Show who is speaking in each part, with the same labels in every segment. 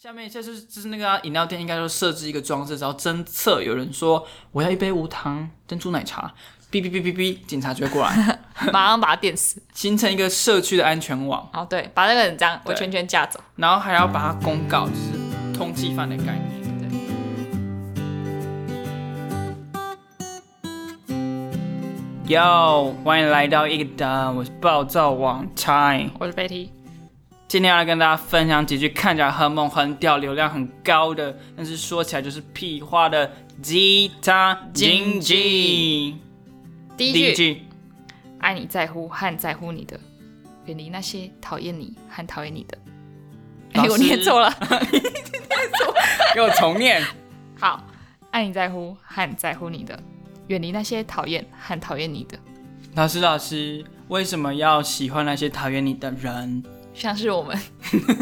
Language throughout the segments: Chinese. Speaker 1: 下面就是就是那个啊饮、料店应该说设置一个装置，然后侦测有人说我要一杯无糖珍珠奶茶，哔哔哔哔哔，警察就会过来，
Speaker 2: 马上把他电死。
Speaker 1: 形成一个社区的安全网，
Speaker 2: 哦，对，把那个人这样
Speaker 1: 对
Speaker 2: 我圈圈架走。
Speaker 1: 然后还要把它公告，就是通缉犯的概念。
Speaker 2: 对，
Speaker 1: Yo，欢迎来到一达，我是暴躁王 Time，
Speaker 2: 我是 Betty。
Speaker 1: 今天要来跟大家分享几句看起来很猛、很屌、流量很高的，但是说起来就是屁话的吉他经济。
Speaker 2: 第
Speaker 1: 第
Speaker 2: 一
Speaker 1: 一
Speaker 2: 句，
Speaker 1: 句，
Speaker 2: 爱你在乎和在乎你的，远离那些讨厌你和讨厌你的。哎、
Speaker 1: 老师
Speaker 2: 我 念错了。
Speaker 1: 给我重念。
Speaker 2: 好，爱你在乎和在乎你的，远离那些讨厌和讨厌你的。
Speaker 1: 老师，老师，为什么要喜欢那些讨厌你的人？
Speaker 2: 像 是我们，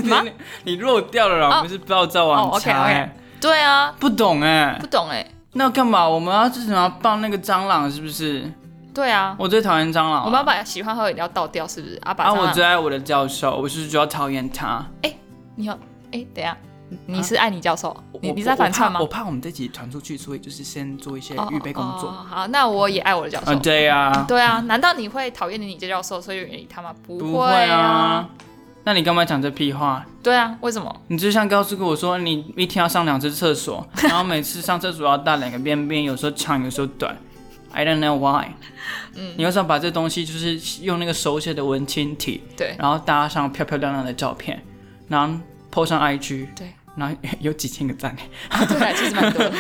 Speaker 1: 妈，你漏掉了啦，我们是暴躁网
Speaker 2: 哦，OK，OK
Speaker 1: 茶、欸
Speaker 2: 对啊，
Speaker 1: 不懂哎、
Speaker 2: 不懂哎、
Speaker 1: 那干嘛？我们要是什么放那个蟑螂是不是？
Speaker 2: 对啊，
Speaker 1: 我最讨厌蟑螂
Speaker 2: 我
Speaker 1: 了。
Speaker 2: 们要把喜欢喝饮料倒掉，是不是？啊，把
Speaker 1: 啊，
Speaker 2: 蟑螂
Speaker 1: 我最爱我的教授，我是主要讨厌他。
Speaker 2: 你要，哎、等一下，你你是爱你教授，你
Speaker 1: 啊我
Speaker 2: 你在反串吗
Speaker 1: 我？怕我怕我们这集传出去，所以就是先做一些预备工作。
Speaker 2: 哦哦好，那我也爱我的教授。
Speaker 1: 啊，对呀、
Speaker 2: 对啊，难道你会讨厌你这教授，所以远离他吗？不
Speaker 1: 不
Speaker 2: 会
Speaker 1: 啊。那你干嘛讲这屁话？
Speaker 2: 对啊，为什么？
Speaker 1: 你就像告诉过我说，你一天要上两次厕所，然后每次上厕所要大两个便便，有时候长，有时候短。I don't know why。嗯，你为什么把这东西就是用那个手写的文青体，
Speaker 2: 对
Speaker 1: 然后搭上漂漂亮亮的照片，然后 po 上 IG，
Speaker 2: 对，
Speaker 1: 然后有几千个赞。
Speaker 2: 对啊，其实蛮多的。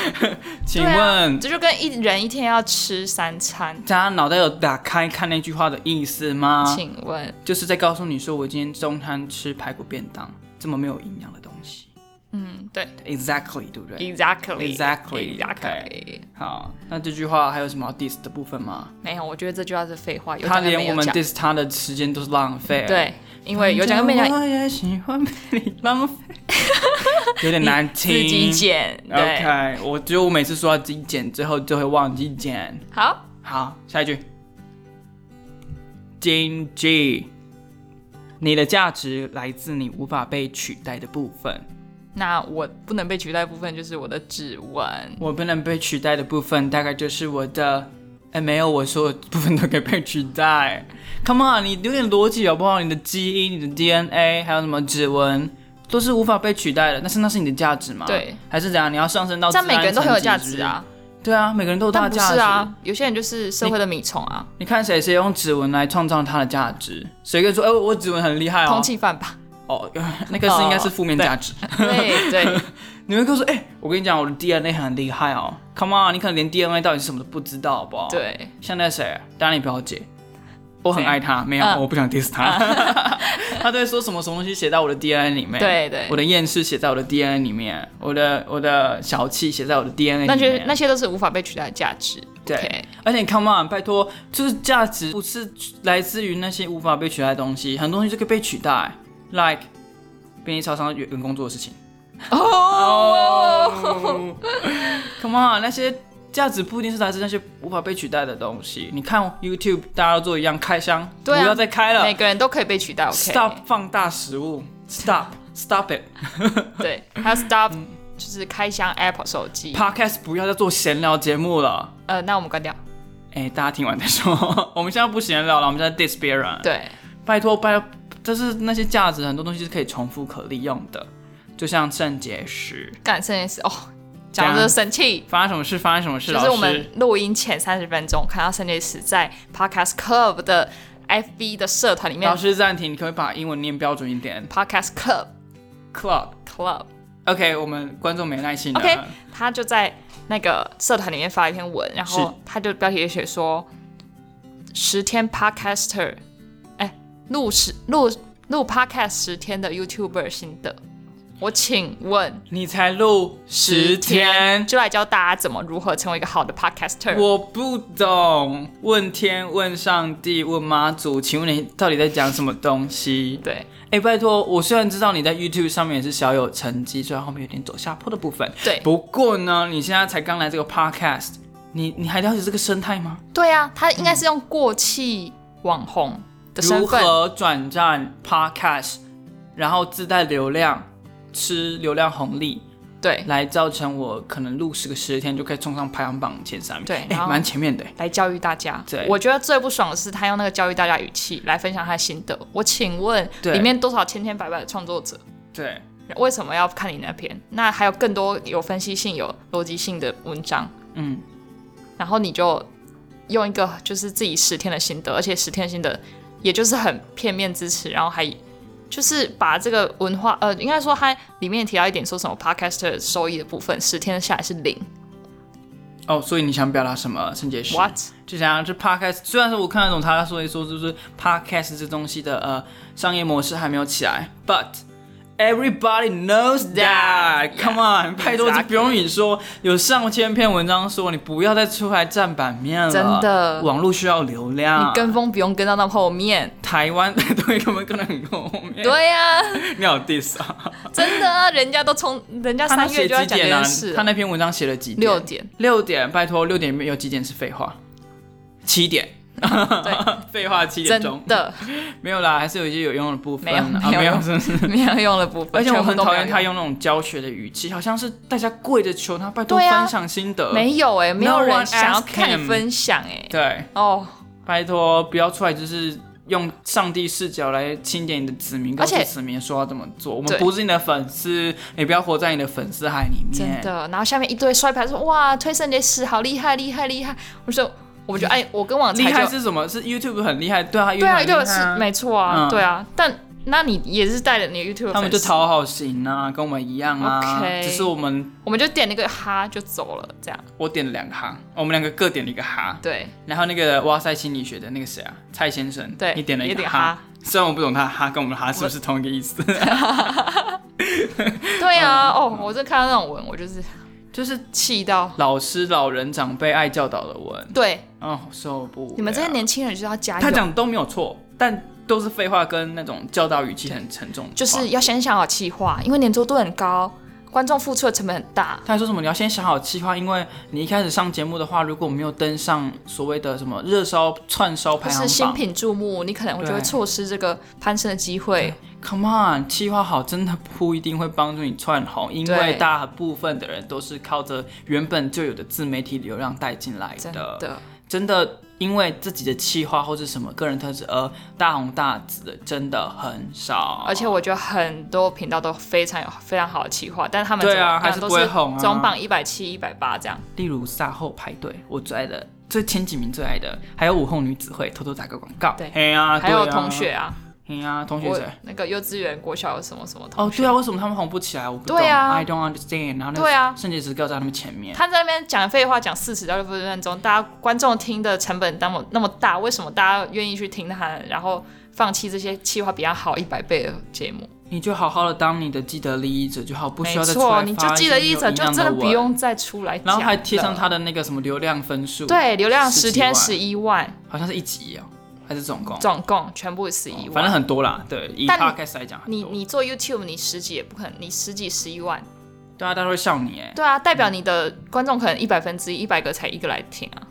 Speaker 1: 请问、
Speaker 2: 这就跟一人一天要吃三餐，
Speaker 1: 大家脑袋有打开看那句话的意思吗？
Speaker 2: 请问，
Speaker 1: 就是在告诉你说，我今天中餐吃排骨便当，这么没有营养的东西。
Speaker 2: 嗯，对
Speaker 1: Exactly，对不对？
Speaker 2: ，exactly
Speaker 1: Exactly，
Speaker 2: exactly。
Speaker 1: 好，那这句话还有什么要 diss 的部分吗？
Speaker 2: 没有，我觉得这句话是废话，有
Speaker 1: 他
Speaker 2: 讲跟没
Speaker 1: 连我
Speaker 2: 有
Speaker 1: 们
Speaker 2: 讲。
Speaker 1: diss 他的时间都是浪费。，
Speaker 2: 对，因为有讲跟没讲
Speaker 1: 我也喜欢被你浪 费，有点难
Speaker 2: 自
Speaker 1: 听。
Speaker 2: 己剪。对
Speaker 1: OK，我觉得我每次说要自己剪之后，就会忘记剪。
Speaker 2: 好，
Speaker 1: 好，下一句。经济，你的价值来自你无法被取代的部分。
Speaker 2: 那我不能被取代的部分就是我的指纹。
Speaker 1: 我不能被取代的部分，大概就是我的，哎，没有，我所有部分都可以被取代。Come on，你有点逻辑好不好？你的基因、你的 DNA，还有什么指纹，都是无法被取代的。但是那是你的价值吗？
Speaker 2: 对，
Speaker 1: 还是怎样？你啊要上升到
Speaker 2: 这样每个人都很有
Speaker 1: 自然
Speaker 2: 价
Speaker 1: 层级
Speaker 2: 值啊，，
Speaker 1: 是不是对啊，每个人都有他
Speaker 2: 但
Speaker 1: 的
Speaker 2: 不
Speaker 1: 价值
Speaker 2: 是。啊，有些人就是社会的米虫啊，
Speaker 1: 你看谁谁用指纹来创造他的价值？谁跟你说，哎、我指纹很厉害哦
Speaker 2: 通？缉犯 吧？
Speaker 1: 哦，那个是应该是负面价值。
Speaker 2: 哦对对，
Speaker 1: 你会跟我说，哎、我跟你讲，我的 DNA 很厉害哦。Come on，你可能连 DNA 到底是什么都不知道，好不好？。
Speaker 2: 对，
Speaker 1: 像那谁，丹尼表姐，我很
Speaker 2: 谁
Speaker 1: 爱她，没有，
Speaker 2: 嗯
Speaker 1: 我不想 diss 她。 她都会说什么什么东西写在我的 DNA 里面，
Speaker 2: 对对
Speaker 1: 我的厌世写在我的 DNA 里面，我的我的小气写在我的 DNA 里面。
Speaker 2: 那些那些都是无法被取代的价值。
Speaker 1: 对
Speaker 2: OK，
Speaker 1: 而且 come on，拜托，就是价值不是来自于那些无法被取代的东西，很多东西就可以被取代，like 便利超商员工做的事情。 哦、c o m e on，那些价值不一定是来自那些无法被取代的东西。你看 YouTube，大家都做一样开箱，
Speaker 2: 对啊
Speaker 1: 不要再开了
Speaker 2: 每个人都可以被取代。OK，
Speaker 1: ，stop 放大食物，stop，stop it。
Speaker 2: 对， 还有 stop
Speaker 1: 嗯
Speaker 2: 就是开箱 Apple 手机。
Speaker 1: Podcast 不要再做闲聊节目了。
Speaker 2: 呃，那我们关掉。
Speaker 1: 哎、大家听完再说。 我们现在不闲聊了，我们现在 diss 别人。
Speaker 2: 对，
Speaker 1: 拜托拜托，就是那些价值很多东西是可以重复可利用的，就像肾结石，
Speaker 2: 干这件事哦，讲的生气。
Speaker 1: 发生什么事发生什么事，
Speaker 2: 就是
Speaker 1: 老
Speaker 2: 我
Speaker 1: 师
Speaker 2: 们录音前三十分钟看到圣洁史在 Podcast Club 的 FB 的社团里面
Speaker 1: 老师暂停，你可不可以把英文念标准一点
Speaker 2: ，Podcast Club
Speaker 1: ？Club。
Speaker 2: Club
Speaker 1: OK，我们观众没耐心了。
Speaker 2: OK，他就在那个社团里面发一篇文，然
Speaker 1: 是
Speaker 2: 后他就标题就写说，十天 Podcaster，哎，录十录录 Podcast 十天的 YouTuber 心得。我请问
Speaker 1: 你才录十天，
Speaker 2: 就来教大家怎么如何成为一个好的 Podcaster。
Speaker 1: 我不懂。问天，问上帝，问妈祖，请问你到底在讲什么东西？
Speaker 2: 对
Speaker 1: 哎、拜托，我虽然知道你在 YouTube 上面也是小有成绩，虽然后面有点走下坡的部分，
Speaker 2: 对
Speaker 1: 不过呢，你现在才刚来这个 podcast，你你还了解这个生态吗？
Speaker 2: 对啊，他应该是用过气网红的身
Speaker 1: 如
Speaker 2: 份，
Speaker 1: 何转战 podcast，然后自带流量，吃流量红利，
Speaker 2: 对，
Speaker 1: 来造成我可能录十个十天就可以冲上排行榜前三名，
Speaker 2: 对
Speaker 1: 哎、
Speaker 2: 然后
Speaker 1: 蛮前面的。
Speaker 2: 来教育大家。
Speaker 1: 对
Speaker 2: 我觉得最不爽的是他用那个教育大家语气来分享他的心得。我请问
Speaker 1: 对
Speaker 2: 里面多少千千百百的创作者，
Speaker 1: 对，
Speaker 2: 为什么要看你那篇？那还有更多有分析性、有逻辑性的文章，
Speaker 1: 嗯，
Speaker 2: 然后你就用一个就是自己十天的心得，而且十天的心得也就是很片面支持，然后还就是把这个文化，呃，应该说它里面提到一点说什么 podcaster 收益的部分，十天下来是零
Speaker 1: 哦，所以你想表达什么，圣杰师
Speaker 2: ，what？
Speaker 1: 就想这 podcast，虽然说我看得懂他所以说就是 podcast 这东西的呃商业模式还没有起来，but everybody knows that。
Speaker 2: Yeah,
Speaker 1: Come on，拜托，这
Speaker 2: exactly.
Speaker 1: 不用你说，有上千篇文章说你不要再出来占版面了，
Speaker 2: 真的
Speaker 1: 网络需要流量。
Speaker 2: 你跟风不用跟到那么后面，
Speaker 1: 台湾 对他们可能很后面，
Speaker 2: 对呀、
Speaker 1: 你好 diss 啊？
Speaker 2: 真的啊，人家都从人家
Speaker 1: 他那
Speaker 2: 三月
Speaker 1: 写
Speaker 2: 就要
Speaker 1: 几
Speaker 2: 讲这
Speaker 1: 点啊
Speaker 2: 件事？
Speaker 1: 他
Speaker 2: 了，
Speaker 1: 那篇文章写了几点？
Speaker 2: 六点，
Speaker 1: 六点，拜托，六点有几点是废话？七点，
Speaker 2: 对，
Speaker 1: 废话七点钟
Speaker 2: 真。的
Speaker 1: 没有啦，还是有一些有用的部分。
Speaker 2: 没有
Speaker 1: 啊、
Speaker 2: 没有
Speaker 1: 没有
Speaker 2: 用
Speaker 1: 真 的是。
Speaker 2: 没有用的部分，
Speaker 1: 而且我很
Speaker 2: 全部都
Speaker 1: 讨
Speaker 2: 没有
Speaker 1: 厌他用那种教学的语气，好像是大家跪着求他拜托
Speaker 2: 对啊
Speaker 1: 分享心得。
Speaker 2: 没有哎、没有
Speaker 1: No
Speaker 2: 人
Speaker 1: one
Speaker 2: 想要
Speaker 1: asked
Speaker 2: 看你
Speaker 1: him
Speaker 2: 分享哎、
Speaker 1: 对，
Speaker 2: 哦，
Speaker 1: 拜托不要出来，就是用上帝视角来钦点你的子民，告诉
Speaker 2: 而且
Speaker 1: 子民说要怎么做。我
Speaker 2: 对
Speaker 1: 们不是你的粉丝，你不要活在你的粉丝海里面。
Speaker 2: 真，的。然后下面一堆摔牌说哇，推圣杰史好厉害，厉害厉害。我说我就哎，我跟网
Speaker 1: 厉
Speaker 2: 才
Speaker 1: 害
Speaker 2: 就。
Speaker 1: 是什么？是 YouTube 很厉害，对啊，
Speaker 2: 对啊，
Speaker 1: YouTube
Speaker 2: 对
Speaker 1: 很
Speaker 2: 啊，
Speaker 1: 厉害啊
Speaker 2: 是没错
Speaker 1: 嗯
Speaker 2: 啊，对啊。但那你也是带着你的 YouTube，
Speaker 1: 他们就
Speaker 2: 粉丝
Speaker 1: 讨好型啊，跟我们一样啊
Speaker 2: OK
Speaker 1: 只是我们
Speaker 2: 我们就点了一个哈就走了，这样
Speaker 1: 我点了两个哈，我们两个各点了一个哈，
Speaker 2: 对
Speaker 1: 然后那个哇塞心理学的那个谁啊，蔡先生，
Speaker 2: 对。
Speaker 1: 你点了一
Speaker 2: 也
Speaker 1: 个
Speaker 2: 点
Speaker 1: 哈，，虽然我不懂他的哈跟我们的哈是不是同一个意思，
Speaker 2: 对
Speaker 1: 嗯
Speaker 2: 啊，哦，我这看到那种文，我就是
Speaker 1: 就是
Speaker 2: 气到。
Speaker 1: 老师、老人、长辈爱教导的文，
Speaker 2: 对，
Speaker 1: 哦，受不了
Speaker 2: 你们这些年轻人就是要加
Speaker 1: 他
Speaker 2: 油，
Speaker 1: 讲都没有错，但都是废话跟那种教导语气很沉重的话，
Speaker 2: 就是要先想好企
Speaker 1: 哦
Speaker 2: 划，因为粘着度很高，观众付出的成本很大。
Speaker 1: 他还说什么你要先想好计划，因为你一开始上节目的话，如果没有登上所谓的什么热烧串烧
Speaker 2: 不
Speaker 1: 排
Speaker 2: 是
Speaker 1: 行
Speaker 2: 新
Speaker 1: 榜
Speaker 2: 品注目，你可能会就会
Speaker 1: 对
Speaker 2: 错失这个攀升的机会。
Speaker 1: ，Come on，计划好真的不一定会帮助你窜红，因
Speaker 2: 对
Speaker 1: 为大部分的人都是靠着原本就有的自媒体流量带进来
Speaker 2: 真的，
Speaker 1: 真的因为自己的气话或是什么个人特质而大红大紫的真的很少，
Speaker 2: 而且我觉得很多频道都非常有非常好的企划，但是他们
Speaker 1: 对啊
Speaker 2: 怎么样
Speaker 1: 还是
Speaker 2: 都
Speaker 1: 不会红啊
Speaker 2: 总榜一百七、一百八这样。
Speaker 1: 例如赛后排队，我最爱的。最前几名最爱的，还有午后女子会偷偷打个广告，
Speaker 2: 对
Speaker 1: 嘿啊，
Speaker 2: 还有
Speaker 1: 对啊
Speaker 2: 同学，啊，
Speaker 1: 嘿啊，同学
Speaker 2: 我
Speaker 1: 谁？
Speaker 2: 那个幼稚园、国小有什么什么
Speaker 1: 哦
Speaker 2: 同，学，
Speaker 1: 对啊，为什么他们红不起来？我不懂
Speaker 2: 对啊
Speaker 1: ，I don't understand。然后那个
Speaker 2: 对啊
Speaker 1: 圣洁石掉在他们前面，
Speaker 2: 他在那边讲废话，讲四十到六十分钟，大家观众听的成本那么那么大，为什么大家愿意去听他，然后放弃这些企划比他好一百倍的节目？
Speaker 1: 你就好好的当你的既得利益者就好，不需
Speaker 2: 没
Speaker 1: 要再出来
Speaker 2: 错，
Speaker 1: 发
Speaker 2: 你就记得一
Speaker 1: 一
Speaker 2: 者，
Speaker 1: 者
Speaker 2: 就真的
Speaker 1: 的
Speaker 2: 不
Speaker 1: 文，
Speaker 2: 用再出来讲了，
Speaker 1: 然后还贴上他的那个什么流量分数，
Speaker 2: 对，流量十天
Speaker 1: 17
Speaker 2: 十一万，
Speaker 1: 好像是一集哦，还是总共？
Speaker 2: 总共全部十一
Speaker 1: 哦
Speaker 2: 万。
Speaker 1: 反正很多啦，对，以
Speaker 2: 但你
Speaker 1: podcast 来讲很
Speaker 2: 你
Speaker 1: 多，
Speaker 2: 你做 YouTube，你十几也不可能，你十几十一万，
Speaker 1: 对啊，大家会笑你哎，
Speaker 2: 对啊，代表你的观众可能一百分之一百个才一个来听啊，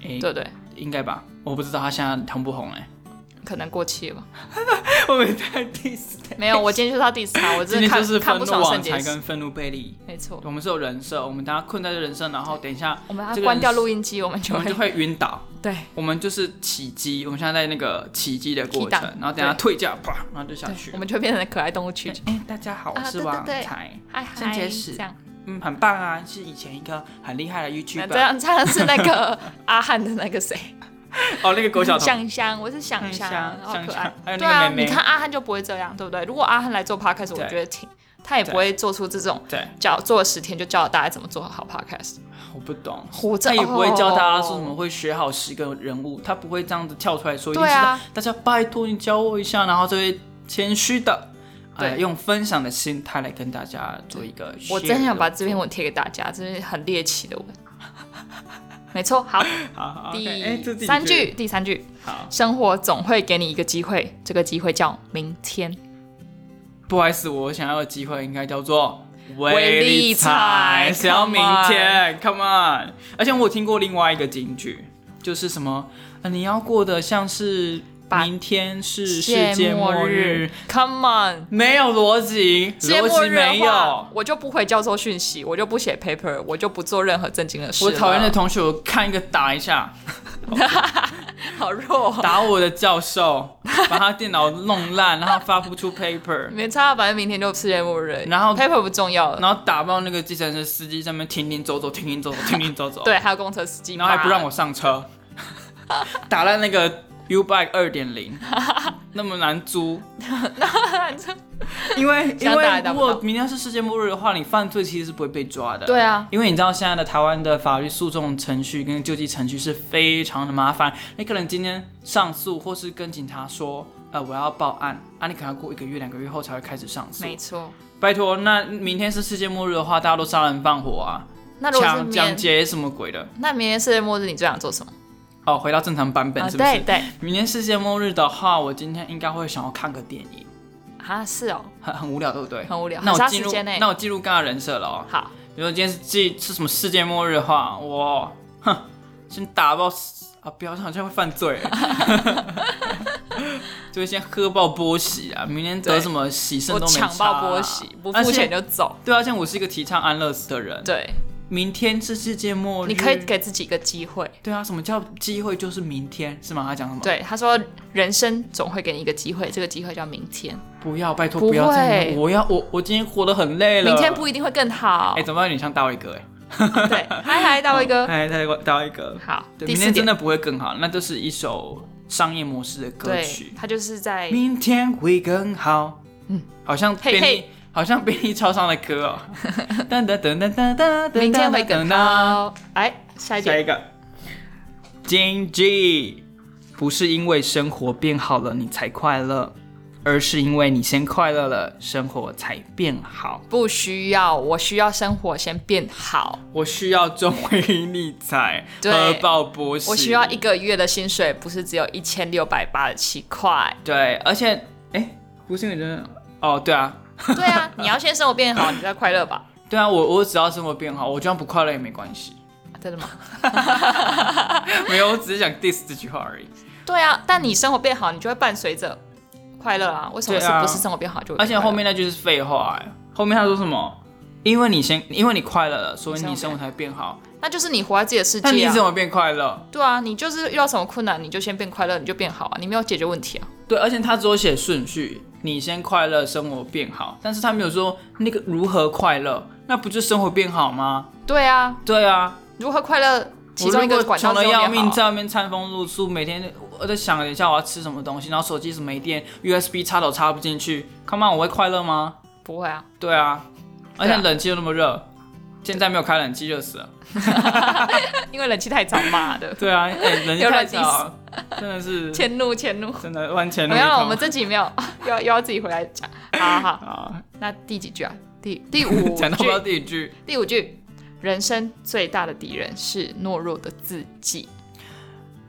Speaker 1: 诶
Speaker 2: 对不对？
Speaker 1: 应该吧？我不知道他现在红不红哎，
Speaker 2: 可能过期了吧？
Speaker 1: 我们在 diss 他
Speaker 2: 没有，我今天就是要 diss 他，我
Speaker 1: 今
Speaker 2: 真的
Speaker 1: 天
Speaker 2: 看
Speaker 1: 就是
Speaker 2: 看
Speaker 1: 愤
Speaker 2: 不
Speaker 1: 怒
Speaker 2: 爽
Speaker 1: 网
Speaker 2: 圣
Speaker 1: 才
Speaker 2: 洁石。
Speaker 1: 跟愤怒贝利，
Speaker 2: 没错，
Speaker 1: 我们是有人设，我们等下困在这人设，然后等一下
Speaker 2: 我们要
Speaker 1: 这个人
Speaker 2: 关掉录音机，我们就
Speaker 1: 我们
Speaker 2: 会
Speaker 1: 就会晕倒。
Speaker 2: 对
Speaker 1: 我们就是起机，我们现在在那个起机的过程
Speaker 2: 踢档，
Speaker 1: 然后等下退价，啪，然后就下
Speaker 2: 对
Speaker 1: 去，
Speaker 2: 我。们就会变成可爱动物区
Speaker 1: 哎。、哎大家好，我
Speaker 2: 啊
Speaker 1: 是
Speaker 2: 对对
Speaker 1: 王
Speaker 2: 对
Speaker 1: 才，
Speaker 2: 嗨嗨，
Speaker 1: 圣洁石
Speaker 2: 这样，
Speaker 1: 嗯，很棒啊，是以前一个很厉害的
Speaker 2: 那
Speaker 1: YouTuber，
Speaker 2: 这样这样是那 个阿汉的那个谁，
Speaker 1: 哦，那个狗小童，
Speaker 2: 香香，我是香
Speaker 1: 香香
Speaker 2: 好
Speaker 1: 香
Speaker 2: 可爱
Speaker 1: 香。还有那
Speaker 2: 对
Speaker 1: 个
Speaker 2: 啊，
Speaker 1: 妹妹
Speaker 2: 你看阿汉就不会这样，对不对？如果阿汉来做 podcast，我
Speaker 1: 对
Speaker 2: 觉得挺，他也不会做出这种
Speaker 1: 对，
Speaker 2: 教做了十天就教大家怎么做好 podcast，
Speaker 1: 我不懂，
Speaker 2: 活着
Speaker 1: 他也不会教大家说什么
Speaker 2: 哦
Speaker 1: 会学好十个人物，他不会这样子跳出来说，一定
Speaker 2: 对
Speaker 1: 是
Speaker 2: 啊，
Speaker 1: 大家拜托你教我一下，然后就会谦虚的，
Speaker 2: 对
Speaker 1: 呃，用分享的心态来跟大家做一个 share。
Speaker 2: 我真想把这篇文贴给大家，这是很猎奇的文。 没错，好，
Speaker 1: 好好哎
Speaker 2: 第三句，，第三句，
Speaker 1: 好，
Speaker 2: 生活总会给你一个机会，这个机会叫明天。
Speaker 1: 不好意思，我想要的机会应该叫做。
Speaker 2: 微利财
Speaker 1: 只要
Speaker 2: come
Speaker 1: 明天，Come on！而且我有听过另外一个金句，就是什么，呃、你要过得像是
Speaker 2: 把
Speaker 1: 明天是世界末日，
Speaker 2: ，Come on，
Speaker 1: 没有逻辑，
Speaker 2: 世界
Speaker 1: 逻
Speaker 2: 末
Speaker 1: 辑
Speaker 2: 日啊的
Speaker 1: 没
Speaker 2: 话
Speaker 1: 有，。
Speaker 2: 我就不回教授讯息，我就不写 paper，我就不做任何正经的事了。
Speaker 1: 我讨厌的同学，我看一个打一下，
Speaker 2: 好弱、哦，
Speaker 1: 打我的教授，把他电脑弄烂，然后发不出 paper，
Speaker 2: 没差，反正明天就世界末日，
Speaker 1: 然后
Speaker 2: paper 不重要了。
Speaker 1: 然后打爆那个计程车司机，上面停停走走，停停走走，停停走走，，
Speaker 2: 对，还有公车司机，
Speaker 1: 然后还不让
Speaker 2: 妈
Speaker 1: 我上 车，打烂那个 U Bike 二点零，那么难 租，因为因
Speaker 2: 想打
Speaker 1: 为
Speaker 2: 也打
Speaker 1: 如
Speaker 2: 不到
Speaker 1: 果明天是世界末日的话，你犯罪其实是不会被抓的。
Speaker 2: 对啊，
Speaker 1: 因为你知道现在的台湾的法律诉讼程序跟救济程序是非常的麻烦，你可能今天上诉或是跟警察说，呃，我要报案，啊，你可能要过一个月、两个月后才会开始上诉。
Speaker 2: 没错。
Speaker 1: 拜托，那明天是世界末日的话，大家都杀人放火啊，
Speaker 2: 那如果是
Speaker 1: 抢
Speaker 2: 明
Speaker 1: 抢
Speaker 2: 天，
Speaker 1: 劫什么鬼的？
Speaker 2: 那明天世界末日，你最想做什么？
Speaker 1: 哦，回到正常版本
Speaker 2: 啊，
Speaker 1: 是不是？
Speaker 2: 对对，
Speaker 1: 明天世界末日的话，我今天应该会想要看个电影，
Speaker 2: 啊，是哦，
Speaker 1: 很很无聊，对不对？
Speaker 2: 很无聊，
Speaker 1: 那我
Speaker 2: 很杀
Speaker 1: 进
Speaker 2: 时
Speaker 1: 入
Speaker 2: 间呢。欸
Speaker 1: 那我进入刚刚的人设了哦。
Speaker 2: 好，
Speaker 1: 比如说今天是这是什么世界末日的话，我哼，先打爆啊！不要，好像会犯罪， 就会先喝爆波喜啊！明天得
Speaker 2: 对
Speaker 1: 什么喜肾
Speaker 2: 我
Speaker 1: 都没、啊
Speaker 2: 抢爆波喜，不
Speaker 1: 而
Speaker 2: 付
Speaker 1: 且
Speaker 2: 钱就走。
Speaker 1: 对啊，像我是一个提倡安乐死的人。
Speaker 2: 对，
Speaker 1: 明天是世界末日，
Speaker 2: 你可以给自己一个机会。
Speaker 1: 对啊，什么叫机会就是明天是吗？他讲什么？，
Speaker 2: 对，他说人生总会给你一个机会，这个机会叫明天。
Speaker 1: 不要，拜托
Speaker 2: 不
Speaker 1: 不要再
Speaker 2: 会
Speaker 1: 弄，我要我我今天活得很累了。
Speaker 2: 明天不一定会更好
Speaker 1: 哎、。怎么有点像大卫哥哎、
Speaker 2: 对，嗨嗨，大卫哥，
Speaker 1: 哎，大卫大卫哥，
Speaker 2: 好，
Speaker 1: 对，
Speaker 2: 第
Speaker 1: 明
Speaker 2: 四
Speaker 1: 天真的
Speaker 2: 点，
Speaker 1: 不会更好，那就是一首商业模式的歌
Speaker 2: 对
Speaker 1: 曲，。
Speaker 2: 他就是在
Speaker 1: 明天会更好，嗯，好像
Speaker 2: 嘿
Speaker 1: 便利
Speaker 2: 嘿，
Speaker 1: 好像便利超商的歌哦。噔噔噔噔噔噔，
Speaker 2: 明天会更。好。哎，下一
Speaker 1: 下
Speaker 2: 点，
Speaker 1: 一个，经济不是因为生活变好了你才快乐，而是因为你先快乐了，生活才变好。
Speaker 2: 不需要，我需要生活先变好，
Speaker 1: 我需要中微理财，
Speaker 2: 对
Speaker 1: 喝爆波士，
Speaker 2: 我需要一个月的薪水不是只有一千六百八十七块。
Speaker 1: 对，而且哎，胡心宇真的哦，对啊，
Speaker 2: 对啊，你要先生活变好，你才快乐吧？
Speaker 1: 对啊，我我只要生活变好，我就算不快乐也没关系。
Speaker 2: 真的吗？
Speaker 1: 没有，我只是想 diss 这句话而已。
Speaker 2: 对啊，但你生活变好，你就会伴随着快乐啊。为什么
Speaker 1: 对
Speaker 2: 是
Speaker 1: 啊
Speaker 2: 不是生活变好就会
Speaker 1: 而且
Speaker 2: 快乐
Speaker 1: 后面那句是废话、哎，后面他说什么？因为你先，因为你快乐了，所以你生活才变好。
Speaker 2: 那就是你活在自己的世
Speaker 1: 那你
Speaker 2: 界啊
Speaker 1: 怎。么变快乐？
Speaker 2: 对啊，你就是遇到什么困难，你就先变快乐，你就变好啊，你没有解决问题啊。
Speaker 1: 对，而且他只有写顺序，你先快乐，生活变好，但是他没有说那个如何快乐，那不就生活变好吗？
Speaker 2: 对啊，
Speaker 1: 对啊，
Speaker 2: 如何快乐？其中一
Speaker 1: 我
Speaker 2: 个
Speaker 1: 如果
Speaker 2: 管道
Speaker 1: 穷
Speaker 2: 是
Speaker 1: 的
Speaker 2: 用
Speaker 1: 要
Speaker 2: 电
Speaker 1: 命，
Speaker 2: 好啊
Speaker 1: 在外面餐风露宿，每天我在想一下我要吃什么东西，然后手机是没电，USB 插都插不进去，Come on，我会快乐吗？
Speaker 2: 不会啊，
Speaker 1: 对啊，而
Speaker 2: 对
Speaker 1: 且
Speaker 2: 啊
Speaker 1: 冷气又那么热，现在没有开冷气热死了。，
Speaker 2: 因为冷气太早骂的
Speaker 1: 对啊，哎、冷气
Speaker 2: 有
Speaker 1: 太
Speaker 2: 冷气
Speaker 1: 早，真的 是
Speaker 2: 迁怒迁怒。
Speaker 1: 真的完全
Speaker 2: 没有啊，我们这集没有， 又要又要自己回来讲。好好，好
Speaker 1: 啊，
Speaker 2: 那第几句啊？第第五
Speaker 1: 讲到不到
Speaker 2: 句，
Speaker 1: 第一句，
Speaker 2: 第五句，人生最大的敌人是懦弱的自己。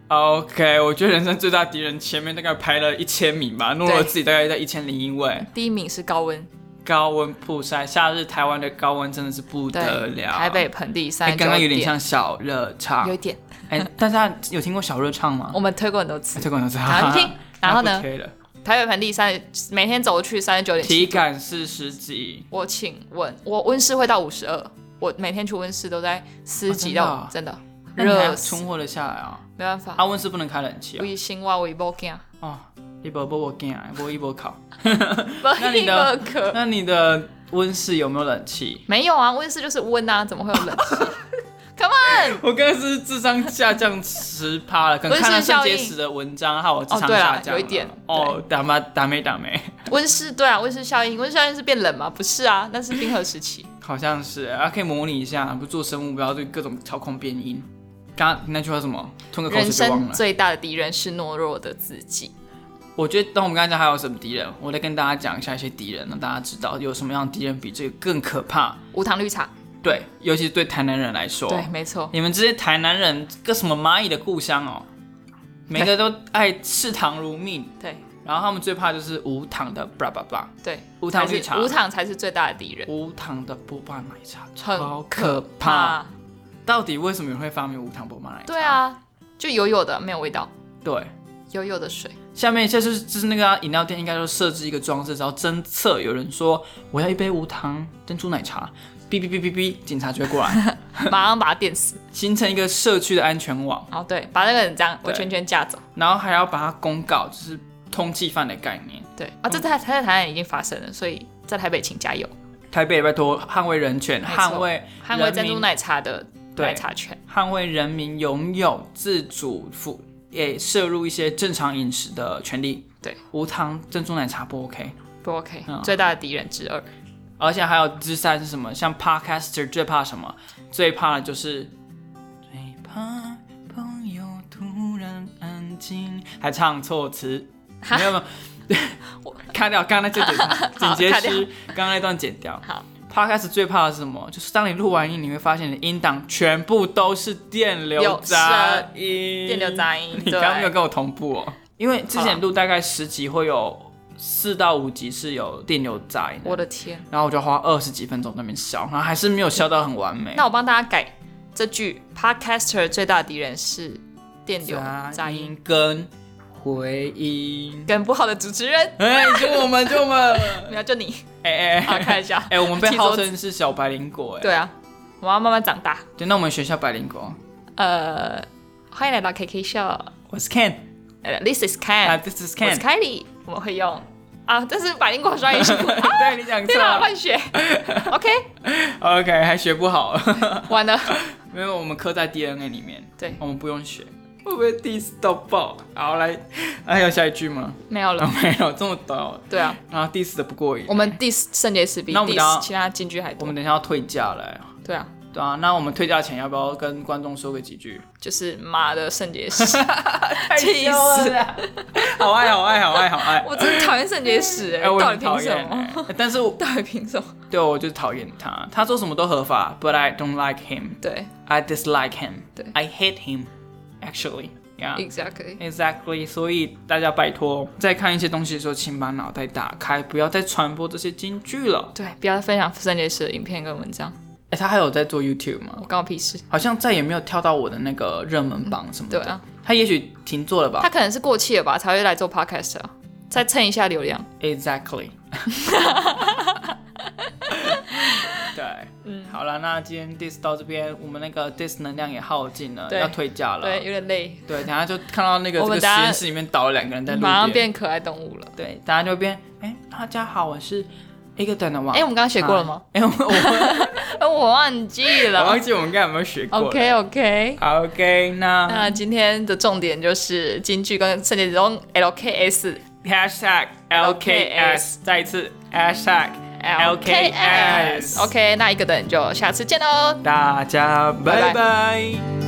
Speaker 1: OK，我觉得人生最大敌人前面大概排了一千米吧，懦弱
Speaker 2: 对
Speaker 1: 自己大概在一千零一位。
Speaker 2: 第一名是高温，
Speaker 1: 高温曝晒，夏日台湾的高温真的是不
Speaker 2: 对
Speaker 1: 得，了。
Speaker 2: 台北盆地三
Speaker 1: 哎，
Speaker 2: 十
Speaker 1: 刚刚有点
Speaker 2: 点，
Speaker 1: 像小热唱
Speaker 2: 有一，点，
Speaker 1: 哎， 大家有听过小热唱吗
Speaker 2: 我？们推过很多次。
Speaker 1: 这个我知道。
Speaker 2: 好， 听，然后
Speaker 1: 那
Speaker 2: 呢
Speaker 1: 不，推了
Speaker 2: 台北盆地三十，每天走去三十九点
Speaker 1: 体
Speaker 2: 七。
Speaker 1: 感四十几，
Speaker 2: 我请问，我温室会到五十二，我每天去温室都在十几度，
Speaker 1: 哦
Speaker 2: 真的
Speaker 1: 那你还
Speaker 2: 热
Speaker 1: 存
Speaker 2: 死，
Speaker 1: 活了下来啊？
Speaker 2: 没办法。
Speaker 1: 阿温是不能开冷气
Speaker 2: 我
Speaker 1: 啊。
Speaker 2: 以心话，我以波惊，
Speaker 1: 哦，一波波我惊，啊我一波考。
Speaker 2: 不
Speaker 1: 你
Speaker 2: 一
Speaker 1: 的
Speaker 2: 波可
Speaker 1: 那你的温室有没有冷气？
Speaker 2: 没有啊，温室就是温啊，怎么会有冷 气？Come on，
Speaker 1: 我刚才是智商下降十趴了，可能看到
Speaker 2: 温室
Speaker 1: 肾
Speaker 2: 效
Speaker 1: 结
Speaker 2: 应
Speaker 1: 石的文章，害我智
Speaker 2: 哦
Speaker 1: 商
Speaker 2: 对
Speaker 1: 下
Speaker 2: 啦
Speaker 1: 降了、
Speaker 2: 有一点
Speaker 1: 哦，打吗？打没打没？
Speaker 2: 温室对啊，温室效应，温室效应是变冷吗？不是啊，那是冰河时期。
Speaker 1: 好像是，啊，可以模拟一下，不做生物，不要对各种操控变音。刚刚 那句话什么？吞个口水
Speaker 2: 人
Speaker 1: 就忘
Speaker 2: 生
Speaker 1: 了。
Speaker 2: 最大的敌人是懦弱的自己。
Speaker 1: 我觉得，当我们刚才讲还有什么敌人，我再跟大家讲一下一些敌人，让大家知道有什么样的敌人比这个更可怕。
Speaker 2: 无糖绿茶，
Speaker 1: 对，尤其是对台南人来说，
Speaker 2: 对，没错。
Speaker 1: 你们这些台南人，个什么蚂蚁的故乡哦，每个都爱视糖如命，
Speaker 2: 对
Speaker 1: 然后他们最怕就是无糖的布拉布拉，
Speaker 2: 对，
Speaker 1: 无糖
Speaker 2: 还是
Speaker 1: 绿茶
Speaker 2: 无糖才是最大的敌人，
Speaker 1: 无糖的波霸奶茶，
Speaker 2: 很
Speaker 1: 超可怕。
Speaker 2: 怕。
Speaker 1: 到底为什么有人会发明无糖波霸奶茶？
Speaker 2: 对，啊，就油油的，没有味道。
Speaker 1: 对，
Speaker 2: 悠悠 的水，
Speaker 1: 下面就是就是那个啊饮、料店应该就设置一个装置，然后侦测有人说我要一杯无糖珍珠奶茶，哔哔哔哔哔，警察就会过来，
Speaker 2: 马上把它电死。
Speaker 1: 形成一个社区的安全网，
Speaker 2: 哦，对，把那个人这样
Speaker 1: 对
Speaker 2: 我圈圈架走。
Speaker 1: 然后还要把它公告，就是通缉犯的概念。
Speaker 2: 对啊，这
Speaker 1: 嗯
Speaker 2: 在他在台南已经发生了，所以在台北请加油，
Speaker 1: 台北拜托捍卫人权，
Speaker 2: 错
Speaker 1: 捍卫
Speaker 2: 捍卫
Speaker 1: 人
Speaker 2: 珍
Speaker 1: 民
Speaker 2: 珠奶茶的
Speaker 1: 对
Speaker 2: 奶茶权。
Speaker 1: 捍卫人民拥有自主服，也摄入一些正常饮食的权利。
Speaker 2: 对，
Speaker 1: 无糖珍珠奶茶不 OK。
Speaker 2: 不 OK，、
Speaker 1: 嗯
Speaker 2: 最大的敌人之二，
Speaker 1: 而且还有之三是什么？像 Podcaster 最怕什么？最怕的就是最怕朋友突然安静，还唱错词。没有没有， 卡掉刚刚那这
Speaker 2: 好
Speaker 1: 剪
Speaker 2: 卡
Speaker 1: 剪接
Speaker 2: 掉
Speaker 1: 师刚刚那段剪掉。
Speaker 2: 好，
Speaker 1: Podcast 最怕的是什么？就是当你录完音，你会发现你的音档全部都是电流
Speaker 2: 有
Speaker 1: 杂音。
Speaker 2: 电流杂音。
Speaker 1: 你刚刚没有
Speaker 2: 对，
Speaker 1: 跟我同步哦，因为之前录大概十集会有四到五集是有电流杂音的
Speaker 2: 我的天，
Speaker 1: 然后我就花二十几分钟在那边消，然后还是没有消到很完美。
Speaker 2: 那我帮大家改这句：Podcaster 最大的敌人是电流
Speaker 1: 杂
Speaker 2: 杂音
Speaker 1: 音跟回音，
Speaker 2: 跟不好的主持人，
Speaker 1: 哎、就我们就我 们，
Speaker 2: 没有就你
Speaker 1: 哎哎
Speaker 2: 啊，
Speaker 1: 哎
Speaker 2: 看 一下。
Speaker 1: 哎，我 们被
Speaker 2: 踢桌
Speaker 1: 号
Speaker 2: 子
Speaker 1: 称是小白灵果，哎，
Speaker 2: 对啊，我要慢慢长大。
Speaker 1: 对，那我们学校白灵果，
Speaker 2: 呃，欢迎来到 KK Show，
Speaker 1: 我是 Ken，
Speaker 2: 呃，This is
Speaker 1: 啊
Speaker 2: Ken，
Speaker 1: ，This is
Speaker 2: 我是
Speaker 1: Ken，，
Speaker 2: Kylie，我们会用啊，这是百灵果双语 系啊
Speaker 1: 对你讲错
Speaker 2: 天哪，
Speaker 1: 了
Speaker 2: 乱学。OK，
Speaker 1: ，OK，还学不好，
Speaker 2: 完了，
Speaker 1: 没有，我们刻在 DNA 里面，
Speaker 2: 对
Speaker 1: 我们不用学，会不会 diss 到爆？好，来，还有下一句吗？
Speaker 2: 没有
Speaker 1: 啊
Speaker 2: 了。
Speaker 1: 没有这么短，哦
Speaker 2: 对啊，
Speaker 1: 然后 diss 的不过瘾，
Speaker 2: 我们 diss 圣洁史比
Speaker 1: 那我们等下
Speaker 2: diss 其他金句还
Speaker 1: 我
Speaker 2: 多
Speaker 1: 们。等一下要退价了、哎
Speaker 2: 对啊，
Speaker 1: 对啊，那我们退价前要不要跟观众说个几句？
Speaker 2: 就是妈的圣洁 史，
Speaker 1: 气
Speaker 2: 羞了！
Speaker 1: 好爱，好爱，好爱，好爱！
Speaker 2: 我真的讨厌圣洁史哎，
Speaker 1: 哎，我
Speaker 2: 到
Speaker 1: 很
Speaker 2: 底凭
Speaker 1: 讨
Speaker 2: 什
Speaker 1: 厌、
Speaker 2: 么？
Speaker 1: 哎 但是我
Speaker 2: 到底凭什么？
Speaker 1: 对我就是讨厌他，他做什么都合法，But I don't like him.
Speaker 2: 对
Speaker 1: I dislike him.
Speaker 2: 对
Speaker 1: I hate him. Actually,
Speaker 2: 啊
Speaker 1: yeah.
Speaker 2: ，exactly。
Speaker 1: Exactly，所以大家拜托，在看一些东西的时候，请把脑袋打开，不要再传播这些金句了。
Speaker 2: 对，不要再分享圣洁史的影片跟文章，
Speaker 1: 哎、他还有在做 YouTube 吗？
Speaker 2: 我关我屁事。
Speaker 1: 好像再也没有跳到我的那个热门榜什么
Speaker 2: 对
Speaker 1: 的。
Speaker 2: 啊，
Speaker 1: 他也许停做了吧
Speaker 2: 他可能是过气了吧，才会来做 podcast 啊，再蹭一下流量。
Speaker 1: ？Exactly 。对，嗯，好了，那今天 dis 到这边，我们那个 dis 能量也耗尽了，
Speaker 2: 对
Speaker 1: 要退价了。
Speaker 2: 对，有点累，
Speaker 1: 对，等下就看到那个
Speaker 2: 我
Speaker 1: 这个
Speaker 2: 们
Speaker 1: 实
Speaker 2: 等下
Speaker 1: 验室里面倒了两个人在
Speaker 2: 马
Speaker 1: 路
Speaker 2: 上
Speaker 1: 边，
Speaker 2: 变可爱动物了。
Speaker 1: 对，大家就变，哎、大家好，我是一个等的王。
Speaker 2: 哎，我们刚刚学过了吗？？
Speaker 1: 哎、我我
Speaker 2: 哎， 我忘记
Speaker 1: 我
Speaker 2: 了
Speaker 1: 忘。记我们刚才有没有学过了。
Speaker 2: OK OK。
Speaker 1: 好 OK，那
Speaker 2: 那今天的重点就是京剧跟圣洁中 LKS
Speaker 1: hashtag LKS 再一次 hashtag LKS。
Speaker 2: OK，那一个等就下次见喽。
Speaker 1: 大家拜
Speaker 2: 拜
Speaker 1: 拜。